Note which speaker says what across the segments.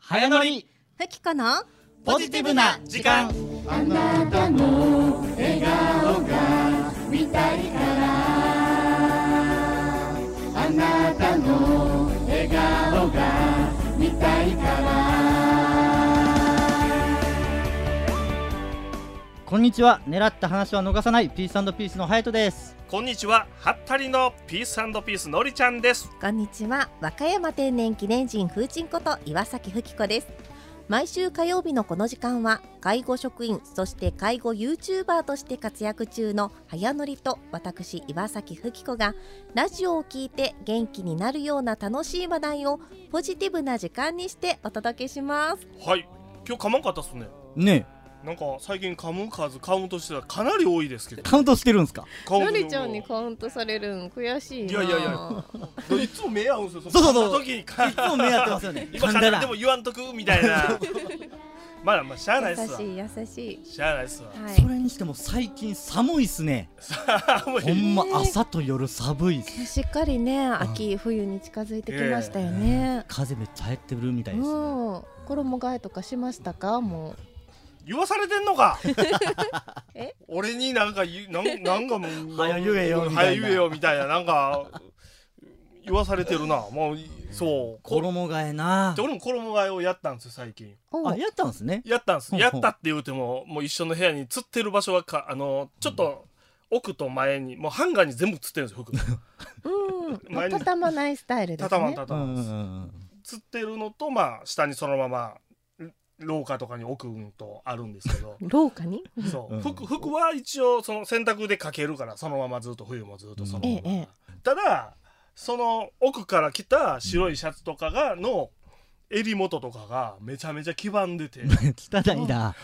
Speaker 1: 早乗り
Speaker 2: ふきこの
Speaker 1: ポジティブな時間
Speaker 3: こんにちは狙った話は逃さないピースピースのハヤトです
Speaker 4: こんにちは、ハッタリのピースピースのりちゃんです。
Speaker 2: こんにちは和歌山天然記念人風神こと岩崎ふきこです毎週火曜日のこの時間は介護職員そして介護 YouTuber として活躍中の早乗りと私岩崎ふきこがラジオを聞いて元気になるような楽しい話題をポジティブな時間にしてお届けします
Speaker 4: はい、今日噛まんかったっすね。
Speaker 3: ね
Speaker 4: なんか最近噛む数カウントしてはかなり多いですけ
Speaker 3: え
Speaker 4: ど。
Speaker 3: カウントしてるんですか
Speaker 4: カウント
Speaker 2: カウントされるん悔し
Speaker 4: いないやいやいやいつも目合うんですよ。
Speaker 3: そうそうそう
Speaker 4: 噛んだ時に噛ん
Speaker 3: いつも目やってますよ ね
Speaker 4: 今
Speaker 3: 噛ん
Speaker 4: 噛
Speaker 3: だ
Speaker 4: ん
Speaker 3: ら
Speaker 4: でも言わんとくみた いな。まあまあしゃあないっすわ。
Speaker 2: 優しい優しい
Speaker 4: しゃあないっすわ。
Speaker 2: はい
Speaker 3: それにしても最近寒いっすね
Speaker 4: もう
Speaker 3: ほんま朝と夜寒いっす
Speaker 2: しっかりね秋冬に近づいてきましたよね、
Speaker 3: 風めっちゃ入ってるみたいですね
Speaker 2: うん衣替えとかしましたかもう
Speaker 4: 言わされてんのか
Speaker 2: え
Speaker 4: 俺になんか言うなんなんかもう
Speaker 3: 早言えよみたいな
Speaker 4: 早言えよみたいななんか言わされてるなもうそうこ
Speaker 3: 衣替えな
Speaker 4: で俺も衣替えをやったんですよ最近
Speaker 2: お
Speaker 3: あやったんですね
Speaker 4: やったんです
Speaker 3: ほう
Speaker 4: や
Speaker 3: ほう
Speaker 4: ったって言うてももう一緒の部屋に釣ってる場所はかあのちょっと奥と前にもうハンガーに全部釣ってるんですよ服
Speaker 2: うん、まあ
Speaker 4: 前に
Speaker 2: 畳まないスタイルですね。
Speaker 4: 畳まん畳
Speaker 3: うんうんん
Speaker 4: まで
Speaker 3: う
Speaker 4: す
Speaker 3: ん
Speaker 4: 釣ってるのとまあ下にそのまま廊下とかに置くんとあるんですけど
Speaker 2: 廊下に。
Speaker 4: そう、
Speaker 3: うん
Speaker 4: 服服は一応その洗濯でかけるからそのままずっと冬もずっとそのまま、
Speaker 2: うんええ
Speaker 4: ただその奥から来た白いシャツとかがの襟元とかがめちゃめちゃ黄ばんでていや
Speaker 3: 汚いな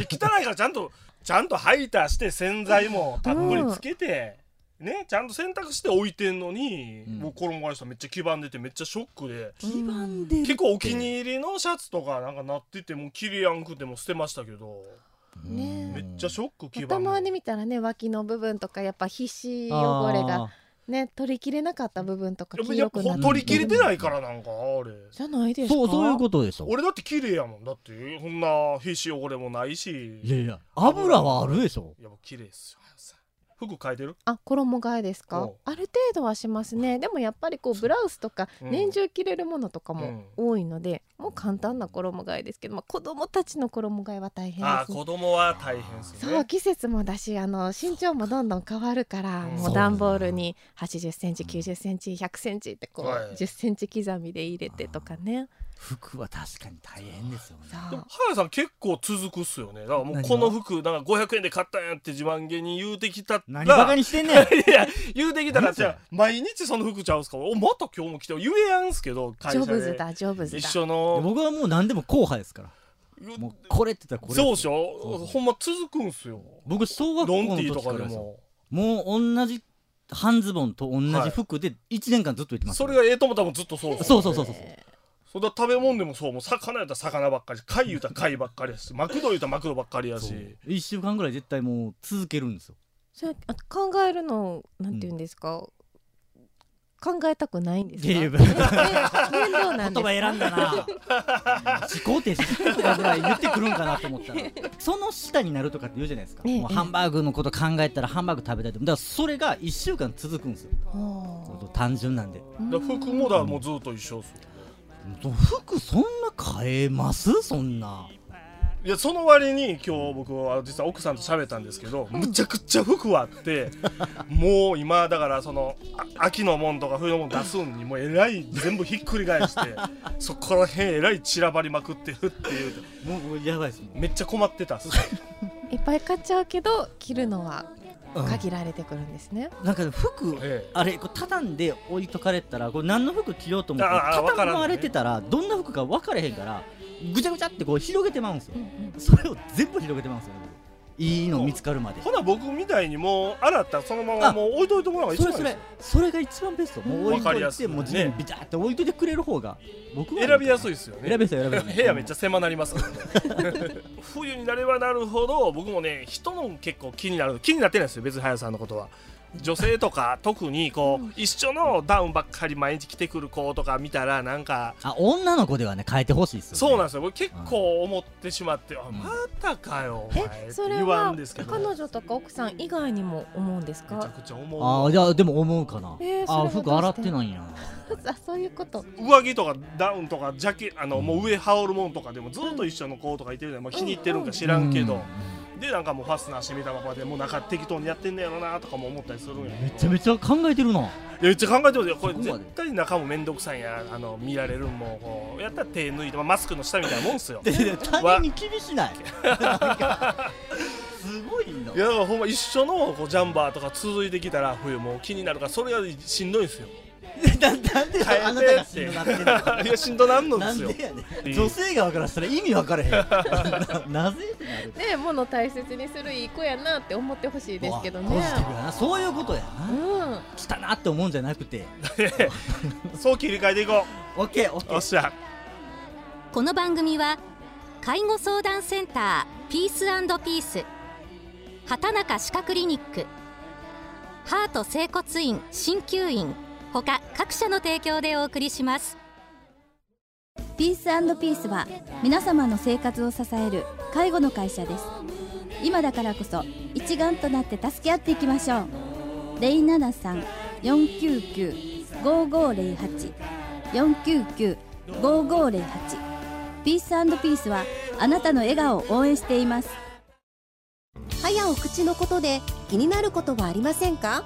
Speaker 4: 汚いからちゃんとちゃんとハイターして洗剤もたっぷりつけて、ねちゃんと洗濯して置いてんのに、
Speaker 3: うん
Speaker 4: もう衣替えしたらめっちゃ黄ばんでてめっちゃショックで
Speaker 3: 黄ばんでるって
Speaker 4: 結構お気に入りのシャツとかなんかなっててもう着れやんくてもう捨てましたけど
Speaker 2: ねえ
Speaker 4: めっちゃショック黄ば
Speaker 2: た
Speaker 4: んで
Speaker 2: まに見たらね、脇の部分とか、やっぱ皮脂汚れが。ね、取りきれなかった部分とか、黄
Speaker 4: や
Speaker 2: 色
Speaker 4: っぱ
Speaker 2: くなってる。
Speaker 4: 取り切れてないからなんかあれ
Speaker 2: じゃない
Speaker 3: あ
Speaker 2: で
Speaker 3: ー
Speaker 2: すか。
Speaker 3: そうそういうことでしょ
Speaker 4: 俺だって綺麗やもんだってそんな皮脂汚れもないし
Speaker 3: いやいや油はあるでしょ
Speaker 4: やっぱ綺麗っすよ早瀬さん服変えてる
Speaker 2: あ、衣替えですか
Speaker 4: お。
Speaker 2: ある程度はしますね。でも、やっぱりこうブラウスとか、
Speaker 4: うん
Speaker 2: 年中着れるものとかも多いので。もう簡単な衣替えですけど、まあ、子供たちの衣替えは大変
Speaker 4: あ
Speaker 2: です
Speaker 4: ー
Speaker 2: ね。
Speaker 4: 子供は大変っす
Speaker 2: そ
Speaker 4: ね
Speaker 2: う季節もだしあの身長もどんどん変わるから、
Speaker 4: うん
Speaker 2: もう段ボールに8 0センチ9 0センチ1 0 0ンチってこう、
Speaker 4: はい
Speaker 2: 1 0ンチ刻みで入れてとかね
Speaker 3: 服は確かに大変ですよね
Speaker 2: そ
Speaker 4: でも
Speaker 2: う
Speaker 4: 早瀬さん結構続くっすよねだからもう
Speaker 3: 何が
Speaker 4: この服なんか500円で買ったんやって自慢げに言うてきたら
Speaker 3: 何バカにしてんねん
Speaker 4: いや言うてきたら
Speaker 3: 何そ
Speaker 4: じ
Speaker 3: れ
Speaker 4: ゃあ毎日その服ちゃうんすかおまた今日も来て言えやんすけど会
Speaker 2: ジョ
Speaker 4: 社
Speaker 2: ブズ
Speaker 4: で
Speaker 2: だジョブズ
Speaker 4: 一
Speaker 2: だ
Speaker 4: 緒の
Speaker 3: 僕はもう何でも後輩ですからもうこれって言ったらこれ
Speaker 4: そうでし
Speaker 3: そうそ
Speaker 4: ょ
Speaker 3: う
Speaker 4: ほんま続くんすよ
Speaker 3: 僕小学校
Speaker 4: ロン
Speaker 3: の
Speaker 4: ティ
Speaker 3: 時
Speaker 4: ーと
Speaker 3: か
Speaker 4: からで
Speaker 3: ですよ
Speaker 4: も
Speaker 3: もう同じ半ズボンと同じ服で1年間ずっと行ってます
Speaker 4: そ
Speaker 3: よ、
Speaker 4: れがええとも多分ずっとそうです
Speaker 3: そうそうそうそう
Speaker 4: そんな食べ物でもそうもう魚やったら魚ばっかり貝言うたら貝ばっかりやしマクド言うたらマクドばっかりやし
Speaker 3: そう1週間ぐらい絶対もう続けるんですよ
Speaker 2: それあ考えるのなんて言うんですか、考えたくないんですか
Speaker 3: いやいや
Speaker 2: ね面 倒なん
Speaker 3: 言
Speaker 2: です
Speaker 3: 葉選んだな思考停止とかぐらい言ってくるんかなと思ったらその下になるとかって言うじゃないですか、
Speaker 2: ええ
Speaker 3: もうハンバーグのこと考えたらハンバーグ食べたいとだからそれが1週間続くんですよほんと
Speaker 2: お
Speaker 3: 単純なんで
Speaker 2: ー
Speaker 4: だから服もだからもうずっと一緒っすよ
Speaker 3: もう服そんな変えますそんない
Speaker 4: やその割に今日僕は実は奥さんと喋ったんですけどむちゃくちゃ服はあって もう今だからそのあ秋のもんとか冬のもん出すんにもうえらい全部ひっくり返して そこら辺えらい散らばりまくってるっていう
Speaker 3: もうもうやばいですもん
Speaker 4: めっちゃ困ってたっす
Speaker 2: いっぱい買っちゃうけど着るのは
Speaker 3: うん
Speaker 2: 限られてくるんですね、
Speaker 3: なんか服
Speaker 4: ええ
Speaker 3: あれこう畳んで置いとかれたらこれ何の服着ようと思って
Speaker 4: ああわか
Speaker 3: 畳
Speaker 4: らんね
Speaker 3: まれてたらどんな服か分かれへんからぐちゃぐちゃってこう広げてまうんですよ
Speaker 2: うんうん
Speaker 3: それを全部広げてまうんですよいいの見つかるまで
Speaker 4: ほな僕みたいにもう洗ったらそのまま
Speaker 3: あ
Speaker 4: もう置いといてもらうのが一
Speaker 3: そ
Speaker 4: 番
Speaker 3: れそれ
Speaker 4: いいですよ
Speaker 3: それが一番ベストもう置い
Speaker 4: わかり
Speaker 3: と
Speaker 4: や
Speaker 3: い
Speaker 4: すい
Speaker 3: てもう地面にビタって置いといてくれる方が僕は
Speaker 4: 選びやすい
Speaker 3: い
Speaker 4: ですよね
Speaker 3: 選びやすい選びやすい
Speaker 4: 部屋めっちゃ狭なりますからね冬になればなるほど僕もね人の結構気になる気になってないですよ別に早さんのことは女性とか特にこう一緒のダウンばっかり毎日着てくる子とか見たらなんか
Speaker 3: あ女の子ではね変えてほしいですよ、ね、
Speaker 4: そうなんですよ僕結構思ってしまってあまたかよお前って
Speaker 2: えそれ
Speaker 4: 言わ
Speaker 2: は
Speaker 4: んですけど
Speaker 2: 彼女とか奥さん以外にも思うんです
Speaker 4: めち
Speaker 2: か
Speaker 4: ゃくちゃ思う
Speaker 3: あーじゃあでも思うかな、
Speaker 2: えーそれ
Speaker 3: あー
Speaker 2: はどうして
Speaker 3: 服洗ってないんや
Speaker 2: あそういうこと
Speaker 4: 上着とかダウンとかジャケあのもう上羽織るもんとかでもずっと一緒の子とかいてるじゃんまあ、気に入ってるんか知らんけど、でなんかもうファスナー閉めたままでもうなんか適当にやってんねやろなとかも思ったりする
Speaker 3: う
Speaker 4: んや
Speaker 3: ん
Speaker 4: けど
Speaker 3: めちゃめちゃ考えてるない
Speaker 4: やめっちゃ考えてますよこれ
Speaker 3: そこま
Speaker 4: 絶
Speaker 3: で
Speaker 4: 対中も面倒くさいんやあの見られるんもこうやったら手抜いて、まあマスクの下みたいなもんっ すよ
Speaker 3: でで他人に厳しないなんかすごいない
Speaker 4: やだからほんま一緒のこうジャンバーとか続いてきたら冬もう気になるからそれがしんどい んすよ
Speaker 3: ななんで
Speaker 4: 変えて
Speaker 3: あなたが死ぬなってんの
Speaker 4: いやしんどなんので
Speaker 3: なん
Speaker 4: すよ
Speaker 3: でや
Speaker 4: い
Speaker 3: ねん
Speaker 4: い
Speaker 3: 女性側からしたら意味分から へんななぜってなる
Speaker 2: ね物大切にするいい子やなって思ってほしいですけどね
Speaker 3: ポジティブやなそういうことや
Speaker 2: う
Speaker 3: なん来たなって思うんじゃなくて
Speaker 4: そう切り替えていこ
Speaker 3: OKOK
Speaker 4: うおっしゃ
Speaker 5: この番組は介護相談センターピースピース畑中歯科クリニックハート整骨院鍼灸院ほか各社の提供でお送りします
Speaker 6: ピースピースは皆様の生活を支える介護の会社です今だからこそ一丸となって助け合っていきましょう073-499-5508 499-5508ピースピースはあなたの笑顔を応援しています
Speaker 2: 歯やお口のことで気になることはありませんか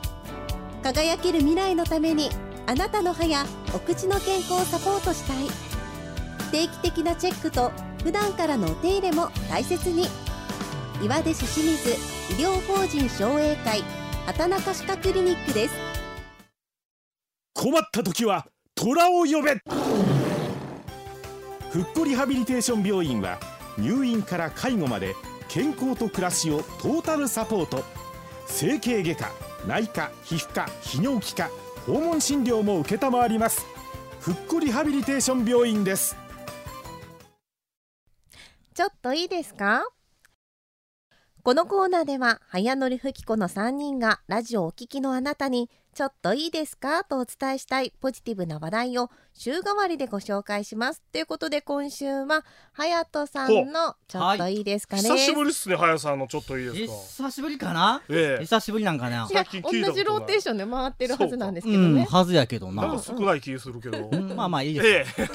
Speaker 2: 輝ける未来のためにあなたの歯やお口の健康をサポートしたい定期的なチェックと普段からのお手入れも大切に岩出市清水医療法人商栄会畑中歯科クリニックです
Speaker 7: 困った時は虎を呼べ復興リハビリテーション病院は入院から介護まで健康と暮らしをトータルサポート整形外科内科皮膚科泌尿器科訪問診療も承ります復興リハビリテーション病院です
Speaker 2: ちょっといいですかこのコーナーでは早乗りふきこの3人がラジオをお聞きのあなたにちょっといいですかとお伝えしたいポジティブな話題を週替わりでご紹介しますということで今週は隼人さんのちょっといいですかね、
Speaker 4: 久しぶりっすねはやさんのちょっといいですか
Speaker 3: 久しぶりかな
Speaker 4: ええ
Speaker 3: 久しぶりなんかない
Speaker 2: や
Speaker 4: 最近聞いたことない
Speaker 2: 同じローテーションで回ってるはずなんですけ
Speaker 3: う
Speaker 2: ど
Speaker 3: ん
Speaker 2: ね、
Speaker 3: はずやけど
Speaker 4: なん
Speaker 3: な
Speaker 4: か少ない気するけど
Speaker 3: うんまあまあいいです
Speaker 4: え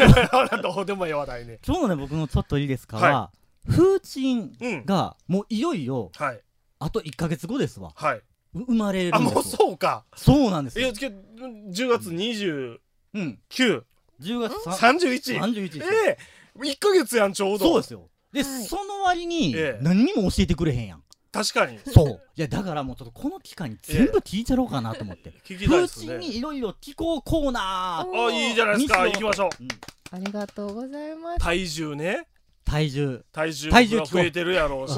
Speaker 4: えどうでもええ話題ね
Speaker 3: 今日のね僕のちょっといいですか
Speaker 4: は
Speaker 3: は風鎮
Speaker 4: うん
Speaker 3: がもういよいよ
Speaker 4: はい
Speaker 3: あと1ヶ月後ですわ
Speaker 4: はいう
Speaker 3: 生まれる
Speaker 4: あ
Speaker 3: ん
Speaker 4: も
Speaker 3: で
Speaker 4: う
Speaker 3: すよ
Speaker 4: そうか
Speaker 3: そうなんです
Speaker 4: い
Speaker 3: よ
Speaker 4: やけ10月29、
Speaker 3: うん10月3
Speaker 4: 31
Speaker 3: 31ですよ
Speaker 4: ええ1か月やんちょうど
Speaker 3: そうですよで
Speaker 2: はい
Speaker 3: その割に
Speaker 4: ええ
Speaker 3: 何にも教えてくれへん やん
Speaker 4: 確かに
Speaker 3: そういやだからもうちょっとこの期間に全部聞いちゃろうかなと思って
Speaker 4: 聞きたい
Speaker 3: 風
Speaker 4: です
Speaker 3: 鎮
Speaker 4: ね
Speaker 3: にいろいろ聞こうコーナ
Speaker 4: あいいじゃないです
Speaker 3: 西
Speaker 4: か
Speaker 3: 野
Speaker 4: 行きましょう
Speaker 3: ーうん
Speaker 2: ありがとうございます
Speaker 4: 体重ね
Speaker 3: 体 重
Speaker 4: 体重
Speaker 3: 体重
Speaker 4: が増えてるやろう
Speaker 3: う
Speaker 4: し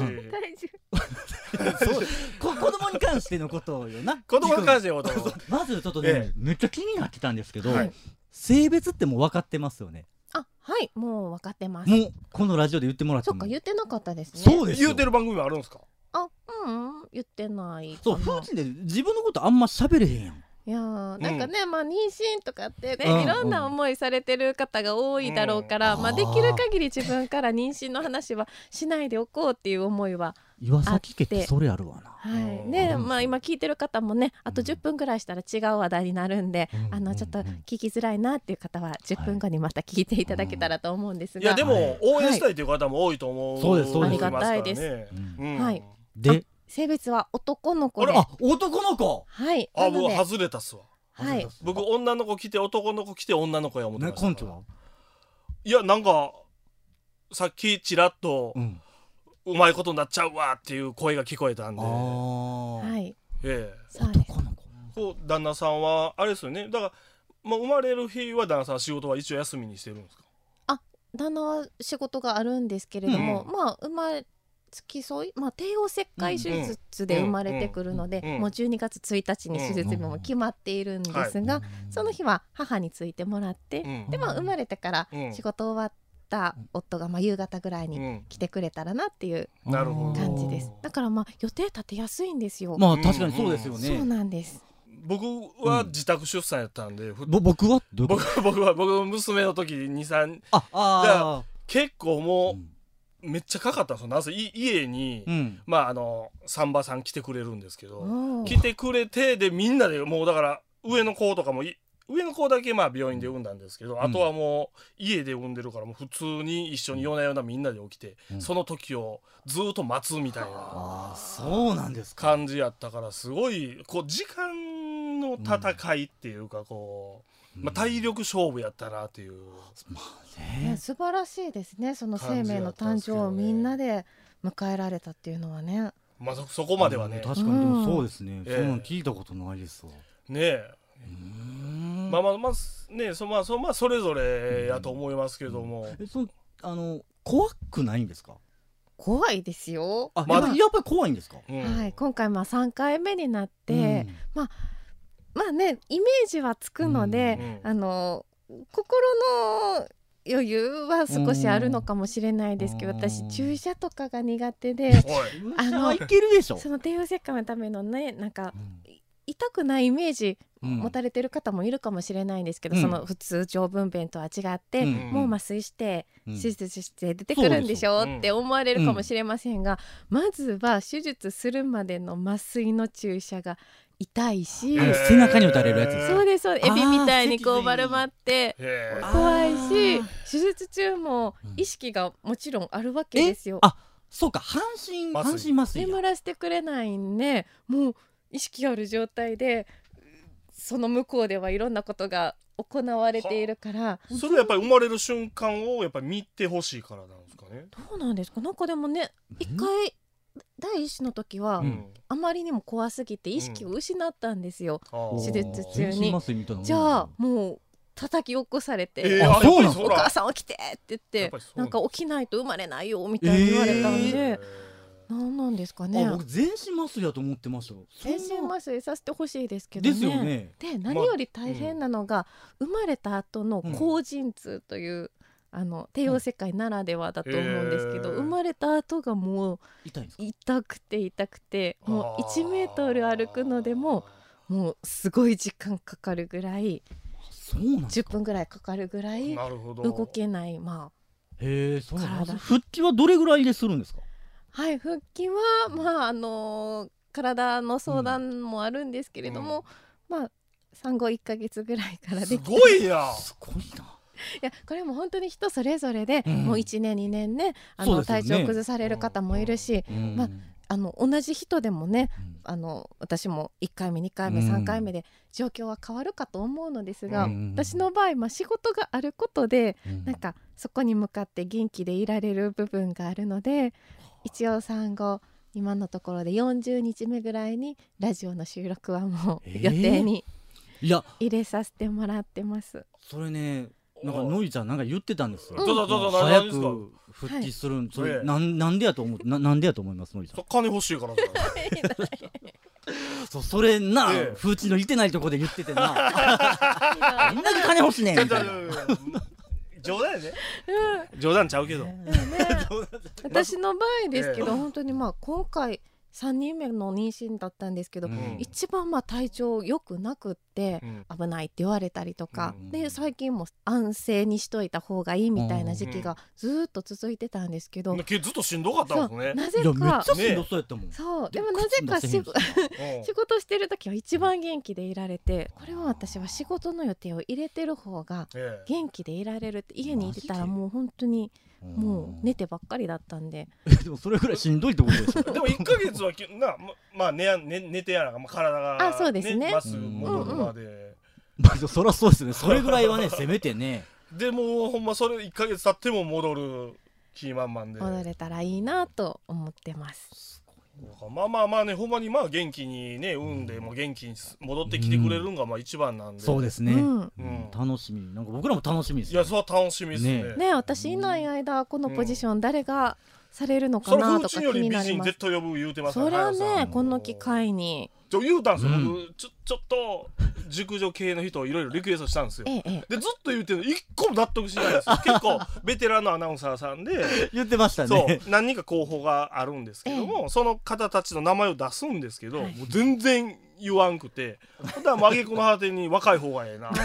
Speaker 3: そうこ子供に関してのことよな
Speaker 4: 子供に関してのこと
Speaker 3: 聞くまずちょっとね、
Speaker 4: え
Speaker 3: めっちゃ気になってたんですけど、
Speaker 4: はい
Speaker 3: 性別ってもう分かってますよね
Speaker 2: あはいもう分かってます
Speaker 3: もうこのラジオで言ってもらって
Speaker 2: そっ
Speaker 3: も
Speaker 2: か言ってなかったですね
Speaker 3: そうですよ
Speaker 4: 言うてる番組もあるんですか
Speaker 2: あうん言ってない
Speaker 3: そう
Speaker 2: かな
Speaker 3: 風鎮で自分のことあんま喋れへんやん
Speaker 2: いやーなんかね、まあ妊娠とかってね、
Speaker 3: うん
Speaker 2: いろんな思いされてる方が多いだろうから、
Speaker 3: うん
Speaker 2: まあ
Speaker 3: あー
Speaker 2: できる限り自分から妊娠の話はしないでおこうっていう思いは、
Speaker 3: 岩崎家っ
Speaker 2: あってて
Speaker 3: それあるわな
Speaker 2: はい
Speaker 4: うん
Speaker 2: ね
Speaker 3: うん
Speaker 2: まあ今聞いてる方もねあと10分ぐらいしたら違う話題になるんで、
Speaker 3: うん
Speaker 2: あのちょっと聞きづらいなっていう方は10分後にまた聞いていただけたらと思うんです
Speaker 4: い
Speaker 2: が、
Speaker 4: やで
Speaker 3: はい
Speaker 4: も応援したいという方も多いと思う
Speaker 3: そうですそうです
Speaker 4: 思ますからね
Speaker 2: ありがたいで
Speaker 3: うん
Speaker 4: うん
Speaker 2: はい
Speaker 3: で
Speaker 2: 性別は男の子
Speaker 3: あ
Speaker 2: で
Speaker 3: らあ男の子
Speaker 2: はい
Speaker 4: あ
Speaker 2: なの
Speaker 4: 僕
Speaker 2: で
Speaker 4: 外れたっすわ
Speaker 2: はい
Speaker 4: 僕女の子来て男の子来て女の子や思って
Speaker 3: ね
Speaker 4: ました
Speaker 3: 根拠はい
Speaker 4: やなんかさっきちらっと
Speaker 3: うん
Speaker 4: うまいことになっちゃうわっていう声が聞こえたんで
Speaker 3: あ、あ、
Speaker 2: はい
Speaker 4: ええ、
Speaker 2: そうです
Speaker 3: 男の子
Speaker 4: こう旦那さんはあれですよねだから、まあ、生まれる日は旦那さんは仕事は一応休みにしてるんですか
Speaker 2: 旦那は仕事があるんですけれども、まあ生まれ付き添い、まあ、帝王切開手術で生まれてくるので、
Speaker 4: うんうんうん
Speaker 2: もう12月1日に手術日も決まっているんですが、その日は母についてもらって、
Speaker 4: うん
Speaker 2: でまあ生まれてから
Speaker 4: うん
Speaker 2: 仕事終わった夫がまあ夕方ぐらいうに
Speaker 4: ん
Speaker 2: 来てくれたらなっていう
Speaker 4: なるほど
Speaker 2: 感じです、だからまあ予定立てやすいんですよ、
Speaker 3: まあ確かにそうですよね、
Speaker 2: そうなんです
Speaker 4: 僕は自宅出産やったんで、ふ
Speaker 3: ぼ僕はどういうこと
Speaker 4: 僕僕は僕の娘の時23
Speaker 3: ああ
Speaker 4: 結構
Speaker 3: あ
Speaker 4: もうめっちゃかかったんですよなんせい家に、
Speaker 3: うん
Speaker 4: まああのサンバさん来てくれるんですけど、
Speaker 5: うん
Speaker 4: 来てくれてでみんなでもうだから上の子とかもい上の子だけまあ病院で産んだんですけど、あとはもう家で産んでるからもう普通に一緒に夜な夜なみんなで起きて、
Speaker 3: うん
Speaker 4: その時をずっと待つみたいな
Speaker 3: ああそうなんですか
Speaker 4: 感じやったからすごいこう時間の戦いっていうかこう、まあ、体力勝負やったなっていう、
Speaker 3: ね
Speaker 2: 素晴らしいですねその生命の誕生をみんなで迎えられたっていうのはね
Speaker 4: まあそそこまではね
Speaker 3: うん確かにでもそうですね、
Speaker 4: ええ
Speaker 3: そんなの聞いたことないですわ
Speaker 4: ねえ
Speaker 3: うん
Speaker 4: まあまあまあねそ,、まあそまあ、それぞれやと思いますけども、
Speaker 3: えそのあの怖くないんですか
Speaker 2: 怖いですよ、
Speaker 3: あ、
Speaker 4: ま
Speaker 3: ま、
Speaker 4: だ
Speaker 3: やっぱり怖いんですか
Speaker 4: うん
Speaker 2: はい今回まあ3回目になって、
Speaker 3: うん
Speaker 2: まあねイメージはつくので、
Speaker 4: うん
Speaker 2: あの心の余裕は少しあるのかもしれないですけど、
Speaker 3: うん
Speaker 2: 私注射とかが苦手で
Speaker 4: おい
Speaker 3: 注
Speaker 2: あの
Speaker 3: 射はいけるでしょ
Speaker 2: その帝王切開のためのねなんか痛くないイメージ持たれてる方もいるかもしれないんですけど、
Speaker 3: うん
Speaker 2: その普通常分娩とは違って、
Speaker 4: ん
Speaker 2: もう麻酔して
Speaker 3: うん
Speaker 2: 手術して出てくるんでしょ
Speaker 4: そうです
Speaker 2: って思われるかもしれませんが、まずは手術するまでの麻酔の注射が痛いし、
Speaker 3: あの背中に打たれるやつ
Speaker 2: そうですそうですエ
Speaker 3: あー
Speaker 2: ビみたいに
Speaker 3: 脊
Speaker 2: こう
Speaker 3: 髄
Speaker 2: 丸まって
Speaker 4: へえ
Speaker 2: 怖いし
Speaker 3: あ
Speaker 2: 手術中も
Speaker 3: うん
Speaker 2: 意識がもちろんあるわけですよ。
Speaker 3: あそうか半身
Speaker 4: 麻
Speaker 3: 半
Speaker 4: 酔
Speaker 3: 身麻酔
Speaker 2: 眠
Speaker 3: や
Speaker 2: らせてくれないんでもう意識ある状態でその向こうではいろんなことが行われているから
Speaker 4: それはやっぱり生まれる瞬間をやっぱり見てほしいからなんですかね。
Speaker 2: どうなんですかなんかでもね一
Speaker 3: うん
Speaker 2: 回第一子の時は、
Speaker 3: うん
Speaker 2: あまりにも怖すぎて意識を失ったんですよ、
Speaker 4: あ
Speaker 2: 手
Speaker 4: ー
Speaker 2: 術中に
Speaker 3: 全身麻酔みたいなもん
Speaker 2: じゃあもう叩き起こされて、
Speaker 4: えー、
Speaker 3: あ
Speaker 4: あそうな
Speaker 3: そうなの
Speaker 2: お母さん起きてって言
Speaker 4: や
Speaker 2: っ
Speaker 4: ってぱりそう
Speaker 2: な
Speaker 4: なんん
Speaker 2: か
Speaker 4: だ
Speaker 2: 起きないと生まれないよみたいに言われたんで、
Speaker 3: え
Speaker 2: なんなんですかね
Speaker 3: あ僕全身麻酔やと思ってましたよ
Speaker 2: 全
Speaker 3: そん
Speaker 2: 身
Speaker 3: な
Speaker 2: 麻酔させてほしいですけど
Speaker 3: で
Speaker 2: ね
Speaker 3: すよね
Speaker 2: で何より大変なのが、生まれた後の
Speaker 3: うん
Speaker 2: 高陣痛という、あの帝王切開ならではだと思うんですけど、
Speaker 4: へー
Speaker 2: 生まれた後がもう
Speaker 3: 痛いんですか
Speaker 2: 痛くて痛くてもう1メートル歩くのでももうすごい時間かかるぐらい
Speaker 3: そうなんです
Speaker 2: 10
Speaker 3: か
Speaker 2: 分ぐらいかかるぐらい
Speaker 4: なるほど
Speaker 2: 動けないま
Speaker 3: へえそうなんです
Speaker 2: 体
Speaker 3: 復帰はどれぐらいでするんですか
Speaker 2: あはい復帰はまああのー体の相談もあるんですけれども、まあ産後1ヶ月ぐらいからですきて
Speaker 4: ごいな。
Speaker 3: すごいない
Speaker 2: やこれも本当に人それぞれで、
Speaker 3: うん
Speaker 2: もう1年2年ねあ
Speaker 3: そう
Speaker 2: の
Speaker 3: ですよね
Speaker 2: 体調崩される方もいるし、
Speaker 3: うん
Speaker 2: まああの同じ人でもね
Speaker 3: うん
Speaker 2: あの私も1回目2回目
Speaker 3: うん
Speaker 2: 3回目で状況は変わるかと思うのですが、
Speaker 3: うん
Speaker 2: 私の場合、まあ、仕事があることで
Speaker 3: うん
Speaker 2: なんかそこに向かって元気でいられる部分があるので一応産後今のところで40日目ぐらいにラジオの収録はもう
Speaker 3: えー
Speaker 2: 予定に
Speaker 3: いや
Speaker 2: 入れさせてもらってます。
Speaker 3: それねなんかのりちゃんなんか言ってたんですよ
Speaker 4: どうぞどうぞ
Speaker 3: 早
Speaker 4: 何です
Speaker 3: く
Speaker 4: か
Speaker 3: 復帰するんそれ
Speaker 4: ええ
Speaker 3: なんなんでやと思うななんでやと思いますのりちゃん
Speaker 4: そ金欲しいからじゃない。
Speaker 3: そうそれな、
Speaker 4: ええ
Speaker 3: 風知のいてないとこで言っててなみんなで金欲しい ねんみたいな
Speaker 4: 冗談やね。冗談ちゃうけど。
Speaker 2: 私の場合ですけど、
Speaker 4: え
Speaker 2: 本当にまあ今回3人目の妊娠だったんですけど、
Speaker 4: うん
Speaker 2: 一番まあ体調良くなくって
Speaker 4: う、ん
Speaker 2: 危ないって言われたりとか、
Speaker 4: うん
Speaker 2: で最近も安静にしといた方がいいみたいな時期がずーっと続いてたんですけど、
Speaker 4: けずっとしんどかった
Speaker 2: そ
Speaker 4: ん
Speaker 2: う
Speaker 4: で
Speaker 2: なぜ
Speaker 3: いやめっ
Speaker 2: か
Speaker 3: ちゃしんどそうやったもん、
Speaker 2: そうでもなぜか
Speaker 3: 口
Speaker 2: し
Speaker 3: に出せへんし
Speaker 4: す
Speaker 2: 仕
Speaker 4: ね。
Speaker 2: 事してる時は一番元気でいられてこれは私は仕事の予定を入れてる方が
Speaker 4: うんええ
Speaker 2: 元気でいられるって家にいてたら
Speaker 3: マジで
Speaker 2: もう本当にもう寝
Speaker 3: ね
Speaker 2: てばっかりだったんで
Speaker 3: でもそれぐらいしんどいってことで しょ
Speaker 4: でも一ヶ月はきなままあ寝や寝寝てやらがまあ体が
Speaker 2: あそうですね
Speaker 4: まっすぐ戻るまで。
Speaker 3: まあそりゃそうですよねそれぐらいはねせめてね
Speaker 4: でもうほんまそれ一ヶ月経っても戻るキーマンマンで。
Speaker 2: 踊れたらいいなと思ってます。
Speaker 4: まあまあまあねほんまにまあ元気にね産んでもう元気にす戻ってきてくれるんがまあ一番なんで、
Speaker 3: そうですすね、
Speaker 2: うん
Speaker 4: うん
Speaker 3: 楽しみなんか僕らも楽しみです
Speaker 4: い
Speaker 3: よ
Speaker 4: やそれは楽しみですね
Speaker 3: ね
Speaker 2: ね私いない間このポジション誰がされるのか
Speaker 4: それ
Speaker 2: な
Speaker 4: 風
Speaker 2: とか
Speaker 4: 鎮よ
Speaker 2: 気
Speaker 4: り
Speaker 2: に
Speaker 4: 美
Speaker 2: なり
Speaker 4: 人
Speaker 2: ます
Speaker 4: 絶対呼ぶ言うてます
Speaker 2: それは
Speaker 4: 早田さ
Speaker 2: ね
Speaker 4: ん
Speaker 2: この機会に
Speaker 4: ちょ言うたんですよ、
Speaker 3: うん
Speaker 4: 僕ちょちょっと熟女系の人をいろいろリクエストしたんですよ
Speaker 2: ええええ
Speaker 4: でずっと言ってるの一個も納得しないんですよ結構ベテランのアナウンサーさんで
Speaker 3: 言ってました
Speaker 4: そ
Speaker 3: ね
Speaker 4: う。何人か候補があるんですけども、その方たちの名前を出すんですけど、もう全然言わんくてほんだら挙句の果てに若い方がええなって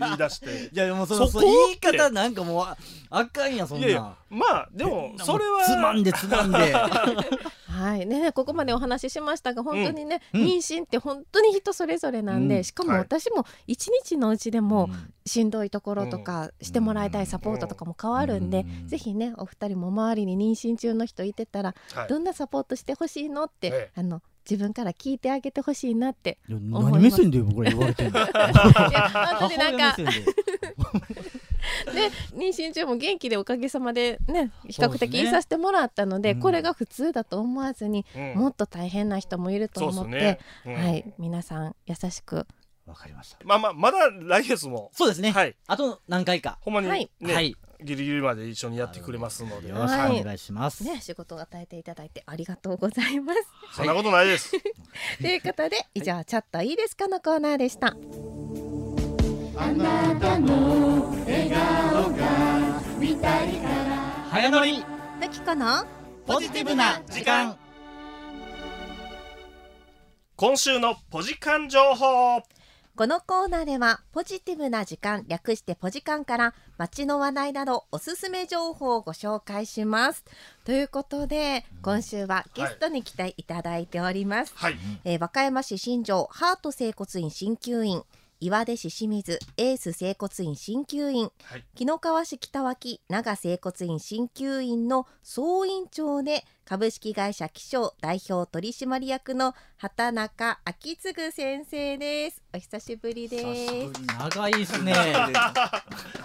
Speaker 4: 言い出して
Speaker 3: いやでもその
Speaker 4: そ
Speaker 3: そ
Speaker 4: こ
Speaker 3: の言い方なんかもうああかんやそん
Speaker 4: い
Speaker 3: な
Speaker 4: や
Speaker 3: ん。
Speaker 4: いやまあでもそれは
Speaker 3: つまんでつまんで
Speaker 2: はいねここまでお話ししましたが本当にね、
Speaker 3: うんうん
Speaker 2: 妊娠って本当に人それぞれなんで、
Speaker 3: うん
Speaker 2: しかも
Speaker 4: はい
Speaker 2: 私も一日のうちで もしんどいところとか、してもらいたいサポートとかも変わるんで、
Speaker 3: うん
Speaker 2: ぜひねお二人も周りに妊娠中の人いてたら、
Speaker 4: はい
Speaker 2: どんなサポートしてほしいのって、
Speaker 4: ええ
Speaker 2: あの自分から聞いてあげてほしいなって。
Speaker 3: いや
Speaker 2: 思います
Speaker 3: 何目線で僕ら言われてんの
Speaker 2: いや本当になんか
Speaker 3: 母親目線で
Speaker 2: ね、妊娠中も元気でおかげさまでね比
Speaker 3: そう
Speaker 2: 較
Speaker 3: ですね
Speaker 2: 的いさせてもらったので
Speaker 3: うん
Speaker 2: これが普通だと思わずに、
Speaker 4: うん
Speaker 2: もっと大変な人もいると
Speaker 4: そうで
Speaker 2: 思
Speaker 4: す
Speaker 2: って、
Speaker 4: ね、うん
Speaker 2: はい、皆さん優しく、
Speaker 3: わかりました
Speaker 4: まあまあまだ来月も、
Speaker 3: そうですね
Speaker 4: はい
Speaker 3: あと何回か
Speaker 4: ほんまに、
Speaker 2: はい
Speaker 4: ね
Speaker 3: はい
Speaker 4: ギリギリまで一緒にやってくれますので、
Speaker 3: よろしくお願いします
Speaker 2: ね、仕事を与えていただいてありがとうございます。
Speaker 4: そんなことないです
Speaker 2: ということで以上「ちょっといいですか?」のコーナーでした。
Speaker 3: 早乗り
Speaker 5: ふきこの
Speaker 7: ポジティブな時間
Speaker 4: 今週のポジカン情報
Speaker 5: このコーナーではポジティブな時間略してポジカンから街の話題などおすすめ情報をご紹介しますということで今週はゲストに来ていただいております、
Speaker 4: はい
Speaker 5: えー和歌山市新庄ハート整骨院鍼灸院岩出市清水エース整骨院鍼灸院、
Speaker 4: はい
Speaker 5: 紀の川市北脇長整骨院鍼灸院の総院長で株式会社気象代表取締役の畑中昭次先生ですお久しぶりです
Speaker 3: 長いですね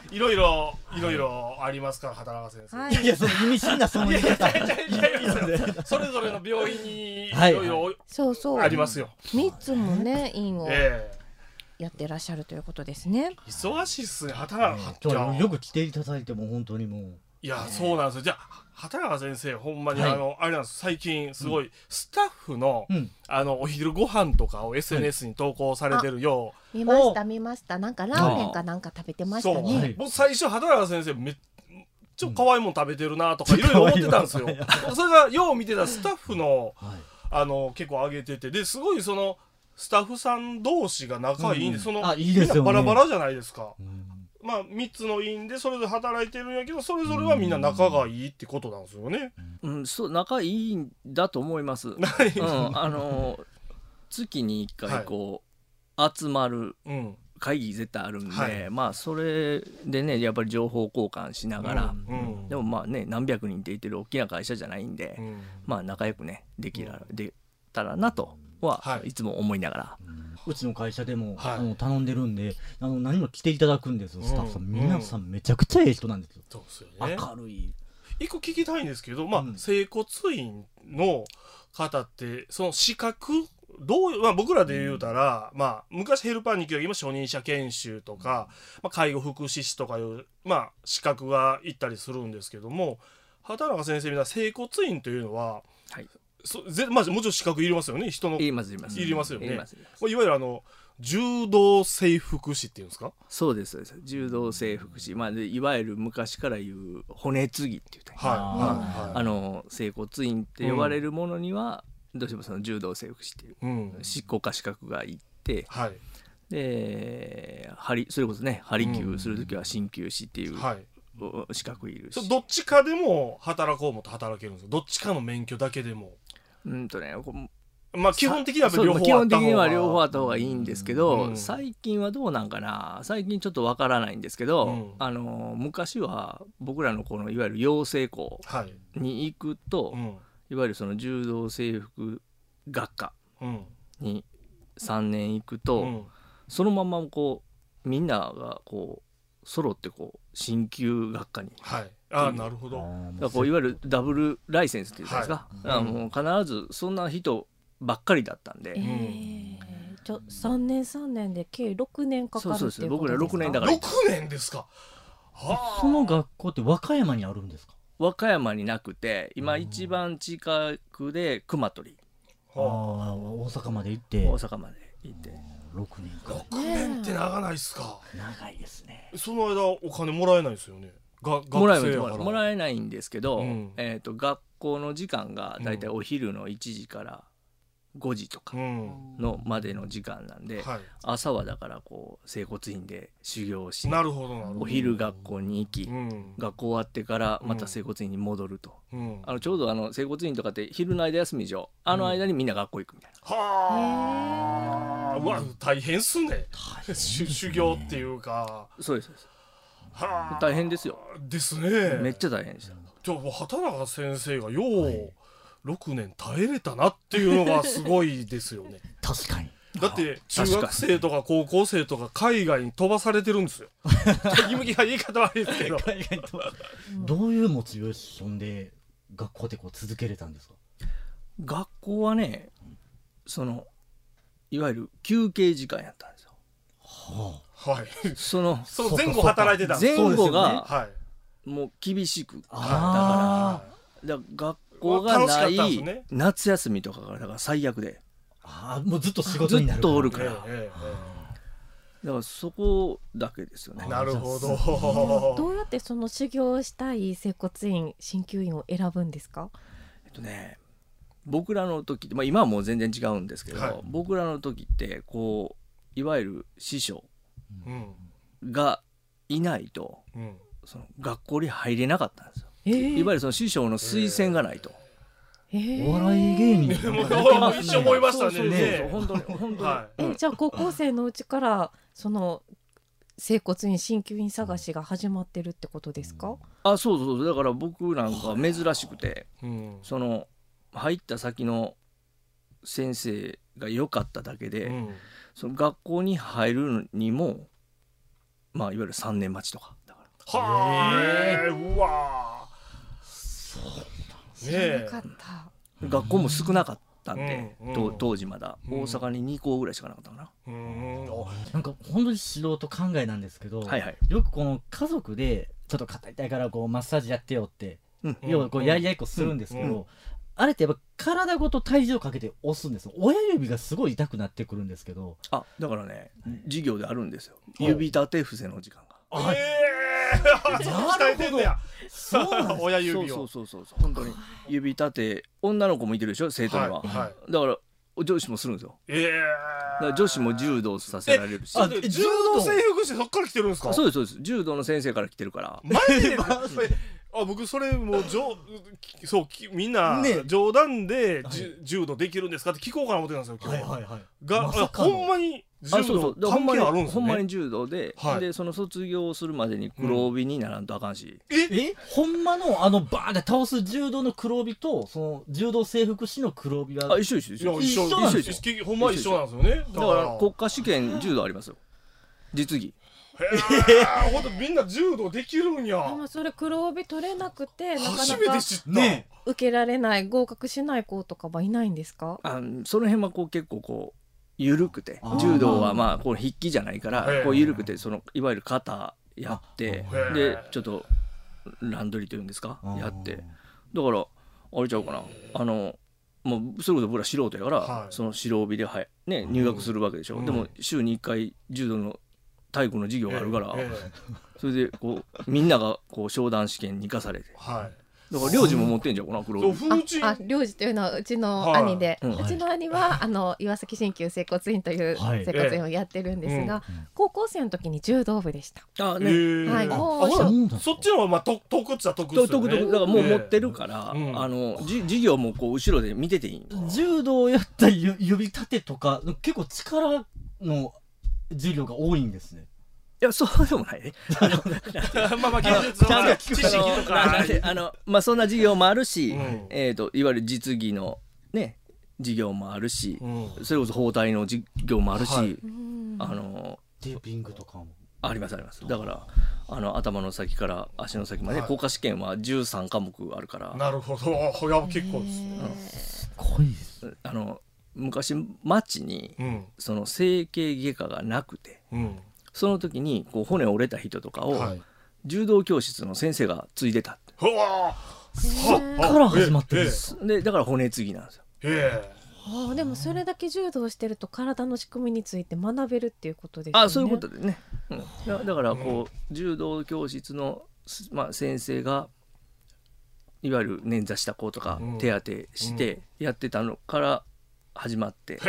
Speaker 4: いろいろいろいろありますから畑中先生、
Speaker 5: はいい
Speaker 3: いやその意味深なその言い方
Speaker 4: やいやいやそれぞれの病院にい
Speaker 3: はい
Speaker 4: ろいろ
Speaker 2: そうそう
Speaker 4: ありますよ、
Speaker 2: 三つもね院を
Speaker 4: え
Speaker 2: やってらっしゃるということですね。
Speaker 4: え忙しいっすね畑中
Speaker 3: 今
Speaker 4: じゃあ
Speaker 3: 日よく来ていただいても本当にもう
Speaker 4: いやそうなんですよじゃあ畑中先生ほんまに、
Speaker 3: はい
Speaker 4: あのあれなんです最近すごい、スタッフの,、
Speaker 3: うん
Speaker 4: あのお昼ご飯とかを SNS に投稿されてるよう、
Speaker 2: 見ました見ましたなんかラーメンかなんか食べてました
Speaker 4: そう、
Speaker 2: ね。
Speaker 3: い
Speaker 4: 僕最初畑中先生めっちゃ可愛いもん食べてるなとかいろいろ思ってたんですよ
Speaker 3: 可愛いわ
Speaker 4: それがよう見てたスタッフの
Speaker 3: はい
Speaker 4: あの結構上げててですごいそのスタッフさん同士が仲いいんで、
Speaker 3: うん
Speaker 4: その
Speaker 3: あいいですよね
Speaker 4: みんなバラバラじゃないですか
Speaker 3: うん
Speaker 4: まあ3つの院でそれぞれ働いてるんやけどそれぞれはみんな仲がいいってことなんですよね、
Speaker 8: うん、そう仲いいんだと思います。うん、あの月に一回こう、集まる
Speaker 4: うん、
Speaker 8: 会議絶対あるんで、
Speaker 4: はい
Speaker 8: まあそれでねやっぱり情報交換しながら、
Speaker 4: うん
Speaker 8: でもまあね何百人って言ってる大きな会社じゃないんで、
Speaker 4: うん
Speaker 8: まあ仲良くねできら、でたらなとは、
Speaker 4: はい
Speaker 8: い、つも思いながら、
Speaker 3: うちの会社でも、
Speaker 4: はい
Speaker 3: あの頼んでるんであの何も来ていただくんですよスタッフさん、
Speaker 4: うん
Speaker 3: 皆さんめちゃくちゃええ人なんですよ、
Speaker 4: そうですよね
Speaker 3: 明るい
Speaker 4: 一個聞きたいんですけど、まあ
Speaker 3: う、ん
Speaker 4: 整骨院の方って、その資格、どう、まあ、僕らで言うたら、まあ、昔ヘルパー2級が今、初任者研修とか、まあ、介護福祉士とかいう、まあ、資格がいったりするんですけども、畑中先生みたいな整骨院というのは、
Speaker 8: はい
Speaker 4: そぜまあ、もちろん資格いりますよね、人の。
Speaker 8: 言います言います
Speaker 4: いりますよね
Speaker 8: 言います言います
Speaker 4: まあいわゆるあの、柔道整復師っていうんですか
Speaker 8: そうですそうです柔道整復師、まあ、でいわゆる昔から言う骨継ぎって言ったらいいのかな
Speaker 4: はい。はいは
Speaker 8: あ
Speaker 4: い
Speaker 8: の整骨院って呼ばれるものには、どうしてもその柔道整復師っていう
Speaker 4: うん。
Speaker 8: 執行科資格がいって
Speaker 4: はい。
Speaker 8: で針それこそね針灸する時は鍼灸師っていう
Speaker 4: はい。
Speaker 8: お資格いるし、
Speaker 4: それどっちかでも働こうもと働けるんですよどっちかの免許だけでも
Speaker 8: うんとねこう
Speaker 4: まあ基本的には
Speaker 8: そう
Speaker 4: 両方
Speaker 8: 基
Speaker 4: あっ
Speaker 8: 本
Speaker 4: た
Speaker 8: 的
Speaker 4: 方が
Speaker 8: には両方あった方がいいんですけど、
Speaker 4: うん
Speaker 8: 最近はどうなんかな最近ちょっとわからないんですけど、
Speaker 4: うん
Speaker 8: あの昔は僕らのこのいわゆる養成校
Speaker 4: はい
Speaker 8: に行くと、
Speaker 4: うん
Speaker 8: いわゆるその柔道整復学科
Speaker 4: うん
Speaker 8: に3年行くと、
Speaker 4: うん
Speaker 8: そのままこうみんながこう揃ってこう進級学科にだか
Speaker 4: はいああなるほど
Speaker 8: らこういわゆるダブルライセンスっていうんですか、
Speaker 4: はい
Speaker 8: あのもう必ずそんな人ばっかりだったんで、
Speaker 2: えーちょ3年3年で計6年かかるっていうことです
Speaker 8: そうそうそ
Speaker 2: か
Speaker 8: う僕ら六年だから
Speaker 4: 6年ですかは
Speaker 3: その学校って和歌山にあるんですか
Speaker 8: 和歌山になくて今一番近くで熊取
Speaker 4: あは
Speaker 3: あー大阪まで行って
Speaker 8: 大阪まで行って
Speaker 3: 6年か
Speaker 4: 6年って長ないっすか
Speaker 3: 長いですね
Speaker 4: その間お金もらえないですよねが学
Speaker 8: もらえ
Speaker 4: 生や
Speaker 8: な
Speaker 4: か
Speaker 8: い
Speaker 4: ら
Speaker 8: もらえないんですけど、
Speaker 4: うん
Speaker 8: えー、と学校の時間がだいたいお昼の1時から5時とか
Speaker 4: うん
Speaker 8: のまでの時間なんで、
Speaker 4: は
Speaker 8: 朝はだからこう整骨院で修行
Speaker 4: い
Speaker 8: し
Speaker 4: なるほどなるほど
Speaker 8: お昼学校に行き、
Speaker 4: うん
Speaker 8: 学校終わってからまた整骨院に戻ると、
Speaker 4: うん
Speaker 8: あのちょうどあの整骨院とかって昼の間休みでしょあの間にみんな学校行くみたいな、
Speaker 4: はあうわ大変っすねしゅ 修行っていうか
Speaker 8: そうですそうです
Speaker 4: はあ
Speaker 8: 大変ですよ
Speaker 4: です
Speaker 8: め
Speaker 4: ね
Speaker 8: っちゃ大変でした
Speaker 4: じゃあ畑中先生がよう6年耐えれたなっていうのがすごいですよね
Speaker 3: 確 かに
Speaker 4: だって中
Speaker 8: 確か
Speaker 4: 学
Speaker 8: に
Speaker 4: 生とか高校生とか海外に飛ばされてるんですよ言い言い方悪いですけど
Speaker 3: 海外とどういうモチベーションで学校でこう続けれたんですか
Speaker 8: 学校はねそのいわゆる休憩時間やったんですよ
Speaker 3: は
Speaker 4: はい
Speaker 8: その
Speaker 4: その前後働いてたんです
Speaker 8: 前後が
Speaker 4: はい
Speaker 8: もう厳しく
Speaker 3: あ
Speaker 8: だから学校がな
Speaker 4: 楽しかったんです
Speaker 8: い
Speaker 4: ね
Speaker 8: 夏休みとかがだから最悪で
Speaker 3: あーもうずっと仕事になる
Speaker 8: ずっとおる
Speaker 4: え
Speaker 8: か
Speaker 4: え
Speaker 8: ら
Speaker 4: え
Speaker 8: だからそこだけですよ
Speaker 4: え
Speaker 8: ね
Speaker 4: なるほ
Speaker 3: じゃ
Speaker 4: ど
Speaker 2: どうやってその修行をしたい整骨院鍼灸院を選ぶんですか
Speaker 8: えっとね僕らの時って、まあ、今はもう全然違うんですけど、
Speaker 4: はい
Speaker 8: 僕らの時ってこういわゆる師匠
Speaker 4: うん
Speaker 8: がいないと
Speaker 4: うん
Speaker 8: その学校に入れなかったんですよ、
Speaker 2: えー
Speaker 8: いわゆるその師匠の推薦がないと、
Speaker 2: えー
Speaker 3: お笑い芸人
Speaker 4: もう
Speaker 3: なんか
Speaker 4: 一緒 思いました
Speaker 8: そうそうそう
Speaker 4: ね
Speaker 8: 本当に本当に、
Speaker 4: はい
Speaker 2: えじゃあ高校生のうちからその整骨院鍼灸院探しが始まってるってことですか、
Speaker 8: あそうそうそうだから僕なんか珍しくて
Speaker 4: うん
Speaker 8: その入った先の先生が良かっただけで、
Speaker 4: うん
Speaker 8: その学校に入るにもまあいわゆる3年待ちとかだから
Speaker 4: はえうわそう
Speaker 2: 知ら
Speaker 4: ね
Speaker 2: なかっ
Speaker 4: え
Speaker 2: た、
Speaker 8: 学校も少なかったんで、
Speaker 4: うんうん
Speaker 8: と当時まだ、
Speaker 4: うん
Speaker 8: 大阪に2校ぐらいしかなかったかな、
Speaker 4: うんお
Speaker 3: なんか本当に素人考えなんですけど、
Speaker 8: はいはい
Speaker 3: よくこの家族でちょっと肩痛いからこうマッサージやってよって、
Speaker 8: うん
Speaker 3: 要はこうやり合いっこするんですけど、
Speaker 4: うんう
Speaker 3: あれってやっぱ体ごと体重をかけて押すんです親指がすごい痛くなってくるんですけど
Speaker 8: あだからね授業であるんですよ指立て伏せの時間が
Speaker 3: あ
Speaker 4: ええ鍛えてんねや
Speaker 3: そう なんです
Speaker 4: 親指
Speaker 8: そう
Speaker 4: を
Speaker 8: そうそうそう本当に指立て女の子もいてるでしょ生徒に
Speaker 4: は
Speaker 8: は、
Speaker 4: いは
Speaker 8: だから女子もするんですよ
Speaker 4: ええ
Speaker 8: だから女子も柔道させられるし
Speaker 4: ちょっと待
Speaker 3: あ
Speaker 4: って柔道制服してそっから来てるんですか
Speaker 8: そうですそうです柔道の先生から来てるから
Speaker 4: マ ジであ僕それもうじょきそうきみんな
Speaker 3: ね
Speaker 4: 冗談で、
Speaker 3: はい
Speaker 4: じゅ柔道できるんですかって聞こうかな思ってたんですよ今
Speaker 3: はいは
Speaker 4: 日、
Speaker 3: いはい
Speaker 4: が、
Speaker 3: まさかの
Speaker 4: ほんまに柔
Speaker 8: あそうそ
Speaker 4: 道
Speaker 8: うだから
Speaker 4: 関
Speaker 8: ほんま
Speaker 4: 係
Speaker 8: に
Speaker 4: あるんです
Speaker 8: ほ
Speaker 4: よ
Speaker 8: んま
Speaker 4: ね
Speaker 8: に柔道で、
Speaker 4: はい
Speaker 8: でその卒業するまでに黒帯にならんとあかんし、
Speaker 3: えほんまのあのバーンって倒す柔道の黒帯とその柔道制服師の黒帯は
Speaker 8: あ一緒一緒
Speaker 4: い
Speaker 8: 一
Speaker 4: や
Speaker 8: 緒
Speaker 4: 一緒
Speaker 3: 一緒なん
Speaker 8: ですよ
Speaker 4: 一緒ほんま一緒なんですよねだ
Speaker 8: だから国家試験柔道ありますよ実技
Speaker 4: へーほんとみんな柔道できるんや
Speaker 2: でもそれ黒帯取れなくてなかな
Speaker 4: 初め
Speaker 2: か
Speaker 4: て知った、
Speaker 3: ね
Speaker 2: 受けられない合格しない子とかはいないんですか
Speaker 8: あのその辺はこう結構こう緩くて
Speaker 3: あー
Speaker 8: 柔道はまあこう筆記じゃないから
Speaker 4: ええ
Speaker 8: こう緩くてそのいわゆる肩やって
Speaker 4: ええ
Speaker 8: でちょっとランドリーというんですか
Speaker 3: あー
Speaker 8: やってだからあれちゃうかなあのもうそれこそ僕ら素人やから、
Speaker 4: はい
Speaker 8: その白帯で、はいね、入学するわけでしょ、
Speaker 4: うん
Speaker 8: でも週に1回柔道の体育の授業があるから、
Speaker 4: ええ
Speaker 8: それでこうみんながこう商談試験に生かされて
Speaker 4: はい
Speaker 8: だから領事も持ってんじゃんかな黒
Speaker 4: そう
Speaker 8: 帯
Speaker 4: 風神
Speaker 2: ああ領事というのはうちの兄で、
Speaker 8: はいうん
Speaker 2: うちの兄はあの岩崎鍼灸整骨院という
Speaker 3: はい
Speaker 2: 整骨院をやってるんですが、
Speaker 3: ええうん
Speaker 2: 高校生の時に柔道部でした。
Speaker 8: あ、
Speaker 4: え
Speaker 8: ね
Speaker 4: ー
Speaker 2: はい
Speaker 4: あ
Speaker 2: もう
Speaker 4: ほら
Speaker 3: そうなんだ
Speaker 4: そっちの方がまあと得っちゃ得っ
Speaker 8: と
Speaker 4: すよ
Speaker 8: 独
Speaker 4: ね
Speaker 8: 特だからもう持ってるから、
Speaker 4: ええうん
Speaker 8: あのじ授業もこう後ろで見てていい
Speaker 3: 柔道をやったゆ指立てとか結構力の重量が多いんですね。
Speaker 8: いやそうでもないね
Speaker 4: まあまあ芸術と
Speaker 8: あの
Speaker 4: か知識とか
Speaker 8: あのあのまあそんな授業もあるし、
Speaker 4: うん
Speaker 8: えっ、といわゆる実技のね授業もあるし、
Speaker 4: うん
Speaker 8: それこそ包帯の授業もあるし、
Speaker 4: はい
Speaker 2: うん
Speaker 8: あの
Speaker 3: テーピングとかも。
Speaker 8: ありますありますだからあの頭の先から足の先まで、
Speaker 4: はい
Speaker 8: 国家試験は13科目あるから
Speaker 4: なるほどいや結構ですね
Speaker 3: すごいです。
Speaker 8: あの昔町に
Speaker 4: うん
Speaker 8: その整形外科がなくて
Speaker 4: うん
Speaker 8: その時にこう骨折れた人とかを
Speaker 4: はい
Speaker 8: 柔道教室の先生が継いでたって
Speaker 4: うわあ
Speaker 3: から始まってるんです
Speaker 8: でだから骨継ぎなんですよ
Speaker 4: ええ
Speaker 2: ああでもそれだけ柔道してると体の仕組みについて学べるっていうことですよね。
Speaker 8: あそういうことでね、うんだだからこう柔道教室の、すまあ、先生がいわゆる捻挫した子とか
Speaker 4: うん
Speaker 8: 手当てしてやってたのから始まって、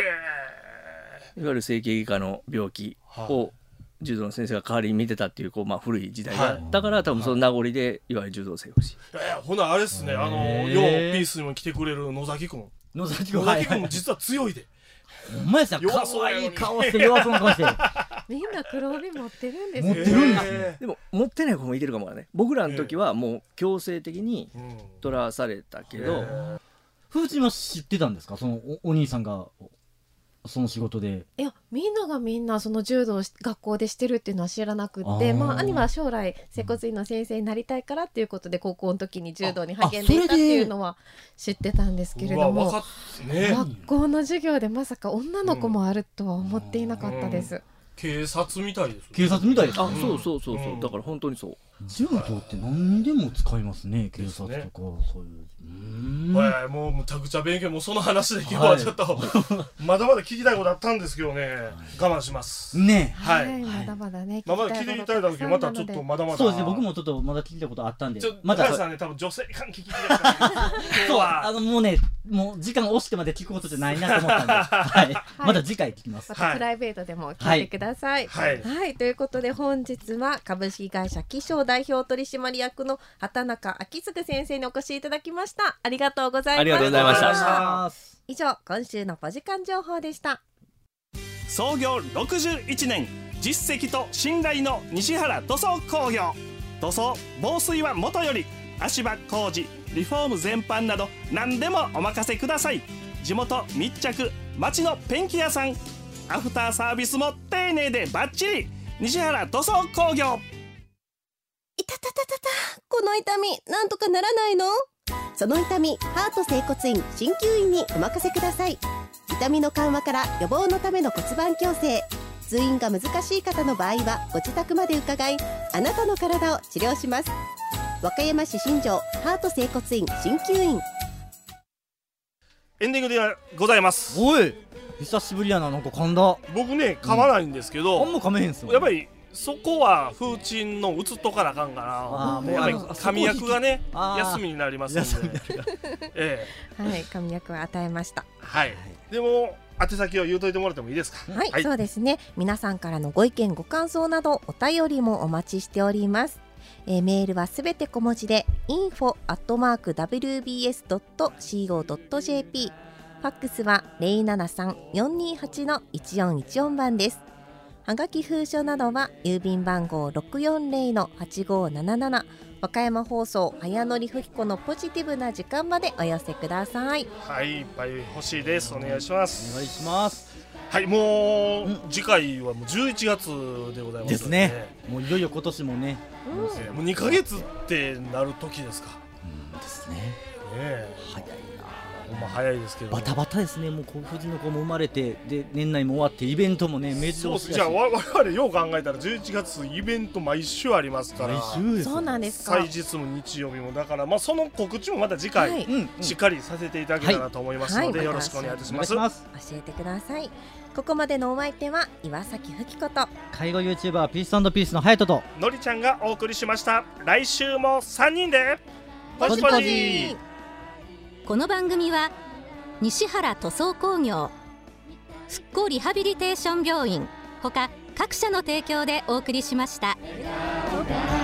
Speaker 8: いわゆる整形外科の病気を柔道の先生が代わりに見てたっていうこう、まあ、古い時代が、
Speaker 4: はい
Speaker 8: だから多分その名残でいわゆる柔道整復師
Speaker 4: えーほなあれっすねあの
Speaker 3: へー
Speaker 4: ようピースにも来てくれる野崎君
Speaker 3: 野崎君
Speaker 4: 野
Speaker 3: はい
Speaker 4: 崎
Speaker 3: は
Speaker 4: 君も
Speaker 3: い
Speaker 4: 実は強いで
Speaker 3: ほんまやさ
Speaker 4: 弱
Speaker 3: か
Speaker 4: そう
Speaker 3: わ
Speaker 4: やの
Speaker 3: いい
Speaker 4: に
Speaker 3: 顔して弱そうな顔して
Speaker 2: みんな黒帯持ってるんです
Speaker 3: 持ってるんですね
Speaker 4: へ
Speaker 8: でも持ってない子もいてるかもわからね僕らの時はもう強制的に
Speaker 4: ーうん
Speaker 8: 取らされたけど、
Speaker 3: 風神は知ってたんですかそのおお兄さんがその仕事で
Speaker 2: いやみんながみんなその柔道をし学校でしてるっていうのは知らなく
Speaker 3: あ
Speaker 2: て
Speaker 3: ー
Speaker 2: まあ兄は将来接骨院の先生になりたいからっていうことで高校の時に柔道に励んでいたっていうのは知ってたんですけれ
Speaker 4: う
Speaker 2: ど
Speaker 4: わ分
Speaker 2: も
Speaker 4: かっね
Speaker 2: 学校の授業でまさか女の子もあるとは思っていなかったです。
Speaker 4: 警察みたいです
Speaker 3: 警察みたいですね
Speaker 8: あそうそうそうそう、
Speaker 4: うん
Speaker 8: だから本当にそう
Speaker 3: 柔道って何にでも使いますね警察と
Speaker 4: です
Speaker 3: か
Speaker 4: ね
Speaker 3: そういううーん
Speaker 4: はい、もうむちゃくちゃ勉強もうその話で今日はちょっと、まだまだ聞きたいことあったんですけどね我慢します、
Speaker 3: ね
Speaker 4: はい、
Speaker 2: まだまだね。
Speaker 4: まあまだ聞いていただいた時またちょっとまだま
Speaker 3: え
Speaker 4: だ
Speaker 3: そうですね僕もちょっとまだ聞いたことあったんで
Speaker 4: ちょ
Speaker 3: ま
Speaker 4: ま
Speaker 3: た
Speaker 4: ださんね多分女性関係聞きた いから今日
Speaker 3: そう
Speaker 4: は
Speaker 3: あのもうねもう時間押してまで聞くことじゃないなと思ったん で、はい、また次回聞きます
Speaker 2: またプライベートでも聞いてください。
Speaker 4: はい
Speaker 2: はいということで本日は株式会社気象代表取締役の畑中昭嗣先生にお越しいただきました。ありがとうございました。
Speaker 8: ありがとうございました
Speaker 4: ありがとうございました
Speaker 2: 以上今週のポジカン情報でした。
Speaker 7: 創業61年実績と信頼の西原塗装工業塗装防水はもとより足場工事リフォーム全般など何でもお任せください地元密着町のペンキ屋さんアフターサービスも丁寧でバッチリ西原塗装工業
Speaker 5: いたたたたたこの痛みなんとかならないのその痛みハート整骨院鍼灸院にお任せください痛みの緩和から予防のための骨盤矯正通院が難しい方の場合はご自宅まで伺いあなたの体を治療します和歌山市新庄ハート整骨院鍼灸院
Speaker 4: エンディングでございます
Speaker 3: おい久しぶりやななんか噛んだ
Speaker 4: 僕ね噛まないんですけ
Speaker 3: あ
Speaker 4: ど、
Speaker 3: んま噛めへんっすよ
Speaker 4: やっぱりそこは風鎮のうつっとかなあかんか
Speaker 3: あーもう
Speaker 4: なやっぱり
Speaker 3: あの
Speaker 4: 神役がね
Speaker 3: そこ引き
Speaker 4: 休みになりますんで、 ええ
Speaker 2: はい神役は与えました。
Speaker 4: はいでも宛先を言うといてもらってもいいですか
Speaker 5: はい、
Speaker 4: はい
Speaker 5: そうですね皆さんからのご意見ご感想などお便りもお待ちしております、えーメールはすべて小文字で info wbs.co.jp ファックスは零七三四二八の一四一四番ですはがき封書などは郵便番号六四零の八五七七和歌山放送早乗りふきこのポジティブな時間までお寄せください
Speaker 4: はいいっぱい欲しいですお願いします
Speaker 3: お願いします
Speaker 4: はいもう
Speaker 3: うん
Speaker 4: 次回はもう11月でございます
Speaker 3: ですねもういよいよ今年もね
Speaker 4: ええもう2ヶ月ってなる時ですかね
Speaker 3: うんですね
Speaker 4: え
Speaker 3: 早いな
Speaker 4: ほんま早いですけど
Speaker 3: バタバタですねもうこう婦人の子も生まれてで年内も終わってイベントもね目
Speaker 4: そう
Speaker 3: 白押し
Speaker 4: っす
Speaker 3: だし
Speaker 4: じゃあ我々よう考えたら11月イベント毎週ありますから
Speaker 3: 来週ですよ
Speaker 2: そうなんですか。
Speaker 4: 祭日も日曜日もだからまあその告知もまた次回、
Speaker 2: はい
Speaker 3: うん、うん、
Speaker 4: しっかりさせていただけたらなと思いますので、
Speaker 2: はい
Speaker 4: よろしくお願いいたし
Speaker 3: お
Speaker 4: ま
Speaker 3: 願い
Speaker 4: す。
Speaker 3: します
Speaker 5: 教えてくださいここまでのお相手は岩崎ふきこと
Speaker 3: 介護 YouTuber ピースピースのハヤトと
Speaker 4: のりちゃんがお送りしました。来週も3人でポジポジ
Speaker 9: この番組は西原塗装工業復興リハビリテーション病院ほか各社の提供でお送りしました。
Speaker 7: 「